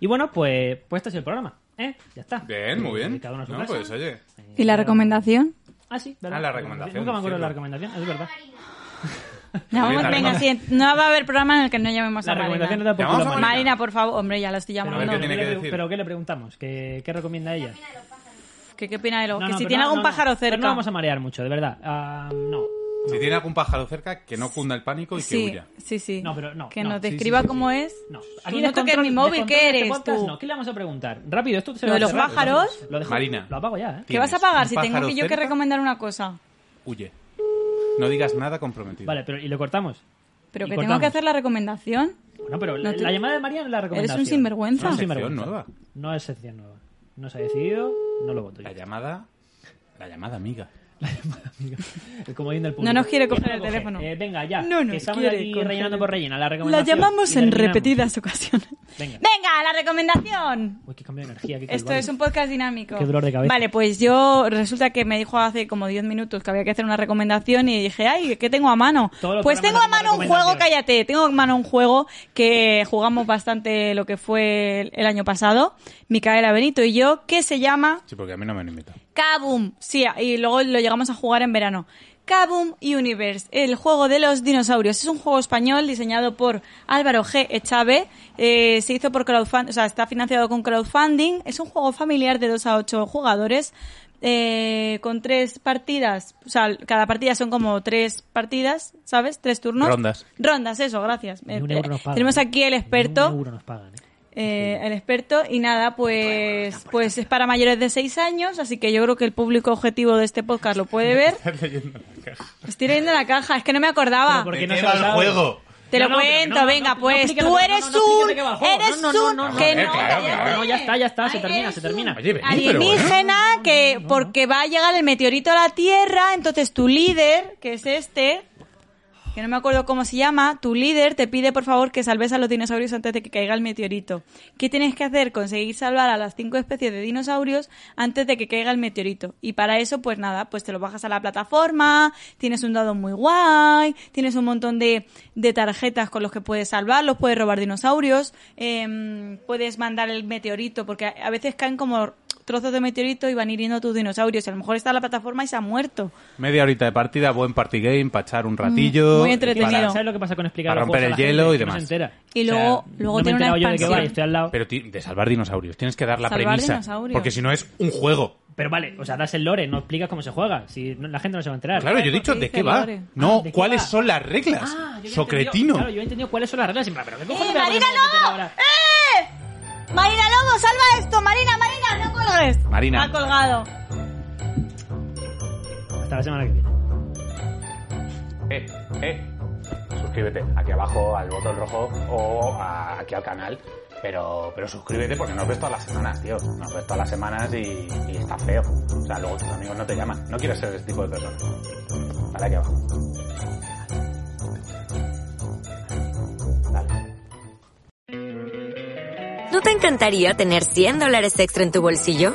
Speaker 1: Y bueno, pues, pues este es el programa. ¿eh? Ya está. Eh,
Speaker 2: Bien, muy bien.
Speaker 1: Cada uno a su
Speaker 2: No,
Speaker 1: casa.
Speaker 2: pues oye.
Speaker 1: Eh,
Speaker 4: ¿Y la recomendación?
Speaker 1: Ah, sí, ¿verdad?
Speaker 2: Ah, la recomendación,
Speaker 1: Nunca me acuerdo de la
Speaker 2: cierto.
Speaker 1: recomendación, es verdad.
Speaker 3: No,
Speaker 2: Bien,
Speaker 3: vamos,
Speaker 2: la
Speaker 3: venga,
Speaker 2: recomend-
Speaker 3: sí, no va a haber programa en el que no llamemos
Speaker 1: La
Speaker 3: a Marina.
Speaker 1: recomendación era por culo
Speaker 2: Llamamos a
Speaker 1: Marina.
Speaker 2: Marina.
Speaker 3: Marina, por favor. Hombre, ya la estoy
Speaker 1: Pero,
Speaker 3: llamando.
Speaker 2: A ver
Speaker 1: no,
Speaker 2: qué tiene
Speaker 1: pero
Speaker 2: que
Speaker 1: le-
Speaker 2: decir.
Speaker 1: pero ¿qué le preguntamos? ¿Qué, qué recomienda ella?
Speaker 3: ¿Qué, qué opina de los
Speaker 1: No,
Speaker 3: que
Speaker 1: no,
Speaker 3: si
Speaker 1: pero
Speaker 3: tiene
Speaker 1: no, no,
Speaker 3: algún
Speaker 1: no.
Speaker 3: pájaro
Speaker 1: Pero
Speaker 3: cerca?
Speaker 1: no vamos a marear mucho, de verdad. Ah, no.
Speaker 2: Si tiene algún pájaro cerca, que no cunda el pánico y que
Speaker 3: sí,
Speaker 2: huya.
Speaker 3: sí, sí.
Speaker 1: No, pero no,
Speaker 3: Que
Speaker 1: no,
Speaker 3: nos
Speaker 1: sí, sí,
Speaker 3: describa
Speaker 2: sí,
Speaker 3: cómo es.
Speaker 1: No.
Speaker 3: Aquí no toques mi móvil, ¿qué eres tú?
Speaker 1: este No. ¿Qué le vamos a preguntar? Rápido, esto se
Speaker 3: ¿Lo
Speaker 1: va
Speaker 3: de los
Speaker 1: cerrando.
Speaker 3: pájaros?
Speaker 1: Lo dejo-
Speaker 2: Marina.
Speaker 1: Lo apago ya, ¿eh?
Speaker 3: ¿Qué vas a
Speaker 2: Tienes
Speaker 3: pagar
Speaker 2: un
Speaker 3: si tengo
Speaker 2: pájaro
Speaker 3: que yo que
Speaker 2: cerca,
Speaker 3: recomendar una cosa?
Speaker 2: Huye. No digas nada comprometido.
Speaker 1: Vale, pero ¿y lo cortamos?
Speaker 3: ¿Pero
Speaker 1: Y
Speaker 3: que tengo
Speaker 1: cortamos.
Speaker 3: que hacer la recomendación?
Speaker 1: No, pero
Speaker 3: No
Speaker 1: la-
Speaker 3: te-
Speaker 1: la llamada de María no es la recomendación.
Speaker 3: Eres un sinvergüenza.
Speaker 1: No
Speaker 2: Es
Speaker 1: es
Speaker 2: una sección
Speaker 1: sinvergüenza.
Speaker 2: nueva.
Speaker 1: No es sección nueva. No se ha decidido, no lo voto yo.
Speaker 2: La llamada. La llamada amiga.
Speaker 1: El comodín del público.
Speaker 3: No nos quiere
Speaker 1: ¿Quién
Speaker 3: coger
Speaker 1: lo
Speaker 3: el
Speaker 1: coge?
Speaker 3: teléfono.
Speaker 1: Eh, venga, ya.
Speaker 3: No nos
Speaker 1: que estamos
Speaker 3: quiere
Speaker 1: aquí
Speaker 3: coger
Speaker 1: rellenando
Speaker 3: el-
Speaker 1: por rellenar la
Speaker 3: La
Speaker 1: recomendación.
Speaker 3: llamamos
Speaker 1: y
Speaker 3: en
Speaker 1: terminamos.
Speaker 3: repetidas ocasiones.
Speaker 1: Venga.
Speaker 3: ¡Venga, la recomendación!
Speaker 1: Uy, qué cambio de energía. qué
Speaker 3: Esto
Speaker 1: calvario.
Speaker 3: es un podcast dinámico.
Speaker 1: Qué dolor de cabeza.
Speaker 3: Vale, pues yo resulta que me dijo hace como 10 minutos que había que hacer una recomendación y dije, ay, ¿qué tengo a mano?
Speaker 1: Todos los
Speaker 3: Pues tengo
Speaker 1: programas
Speaker 3: a mano un
Speaker 1: hacemos
Speaker 3: juego,
Speaker 1: recomendaciones.
Speaker 3: cállate, tengo a mano un juego que jugamos bastante lo que fue el- el año pasado, Micaela Benito y yo, que se llama
Speaker 2: Sí, porque a mí no me han invitado.
Speaker 3: Kaboom. Sí, y luego lo llegamos a jugar en verano. Kaboom Universe, el juego de los dinosaurios. Es un juego español diseñado por Álvaro G. Echave. Eh, se hizo por crowdfunding, o sea, está financiado con crowdfunding. Es un juego familiar de 2 a 8 jugadores. eh, con tres partidas, o sea, cada partida son como tres partidas, ¿sabes? Tres turnos.
Speaker 2: Rondas.
Speaker 3: Rondas, eso, gracias.
Speaker 1: Ni un
Speaker 3: Eh,
Speaker 1: euro nos pagan,
Speaker 3: tenemos
Speaker 1: ¿eh?
Speaker 3: aquí el
Speaker 1: Ni
Speaker 3: experto.
Speaker 1: Un euro nos pagan, ¿eh?
Speaker 3: Eh, el experto y nada, pues, pues es para mayores de 6 años, así que yo creo que el público objetivo de este podcast lo puede ver. Estoy leyendo la caja, es que no me acordaba.
Speaker 1: Pero porque
Speaker 5: ¿De
Speaker 1: no
Speaker 5: qué
Speaker 1: se
Speaker 5: va
Speaker 1: lo
Speaker 5: el
Speaker 1: sabe.
Speaker 5: juego?
Speaker 3: Te
Speaker 1: No,
Speaker 3: lo
Speaker 1: no, pero
Speaker 3: cuento,
Speaker 1: no, no,
Speaker 3: venga,
Speaker 1: no,
Speaker 3: pues
Speaker 1: explícate, no,
Speaker 3: tú
Speaker 1: no,
Speaker 3: eres
Speaker 1: no, explícate
Speaker 3: un,
Speaker 1: qué va el juego.
Speaker 3: eres
Speaker 1: No, no,
Speaker 3: un,
Speaker 1: no, no,
Speaker 3: que
Speaker 1: no,
Speaker 3: no,
Speaker 2: claro, claro.
Speaker 1: No, ya está, ya está, se
Speaker 3: Ay,
Speaker 1: termina,
Speaker 3: eres
Speaker 1: se termina.
Speaker 3: un
Speaker 2: Oye, vení, pero bueno.
Speaker 3: Alienígena que porque va a llegar el meteorito a la Tierra, entonces tu líder, que es este, que no me acuerdo cómo se llama, tu líder te pide por favor que salves a los dinosaurios antes de que caiga el meteorito. ¿Qué tienes que hacer? Conseguir salvar a las cinco especies de dinosaurios antes de que caiga el meteorito. Y para eso, pues nada, pues te lo bajas a la plataforma, tienes un dado muy guay, tienes un montón de, de tarjetas con los que puedes salvarlos, puedes robar dinosaurios, em, puedes mandar el meteorito, porque a a veces caen como trozos de meteorito y van hiriendo a tus dinosaurios. Y a lo mejor está la plataforma y se ha muerto.
Speaker 2: Media horita de partida, buen party game, para echar un ratillo.
Speaker 3: Muy
Speaker 1: Es que,
Speaker 3: entretenido.
Speaker 1: ¿Sabes
Speaker 2: para-
Speaker 1: sabes lo que pasa con explicar
Speaker 2: Para
Speaker 1: los
Speaker 2: romper
Speaker 1: juegos a
Speaker 2: el
Speaker 1: la
Speaker 2: hielo
Speaker 1: gente?
Speaker 2: y
Speaker 1: Que no se
Speaker 2: demás.
Speaker 1: entera.
Speaker 3: Y luego- luego
Speaker 1: no
Speaker 3: tiene
Speaker 1: me he enterado yo
Speaker 3: una
Speaker 1: de qué va,
Speaker 3: expansión.
Speaker 1: y estoy al lado. Pero,
Speaker 2: Pero ti- de salvar dinosaurios. Tienes que dar la
Speaker 3: Salvar
Speaker 2: premisa.
Speaker 3: dinosaurios.
Speaker 2: Porque si no es un juego.
Speaker 1: vale, o sea, das el lore, no explicas cómo se juega. Si no- la gente no se va a enterar.
Speaker 2: Claro, yo he
Speaker 3: porque
Speaker 2: dicho
Speaker 3: dice
Speaker 2: de qué va.
Speaker 3: Lore.
Speaker 2: No,
Speaker 1: Ah, ¿de qué
Speaker 2: cuáles
Speaker 1: va?
Speaker 2: son las reglas.
Speaker 1: Ah, yo ya he entendido-
Speaker 2: Socretino.
Speaker 1: Claro, yo he entendido cuáles son las reglas. y en plan, Pero ¿qué cojones
Speaker 3: ¡Eh,
Speaker 1: me voy a
Speaker 3: Marina,
Speaker 1: poner a meter
Speaker 3: no!
Speaker 1: ahora?
Speaker 3: ¡Eh! Marina Lobo, salva esto! Marina, Marina, no colgues.
Speaker 2: Marina.
Speaker 3: Ha colgado.
Speaker 1: Hasta la semana que viene.
Speaker 6: eh, eh. Suscríbete aquí abajo al botón rojo o a- aquí al canal. Pero, pero suscríbete porque nos ves todas las semanas, tío. Nos ves todas las semanas y, y está feo. O sea, luego tus amigos no te llaman. No quieres ser ese tipo de persona. Dale aquí abajo. Dale.
Speaker 7: ¿No te encantaría tener 100 dólares extra en tu bolsillo?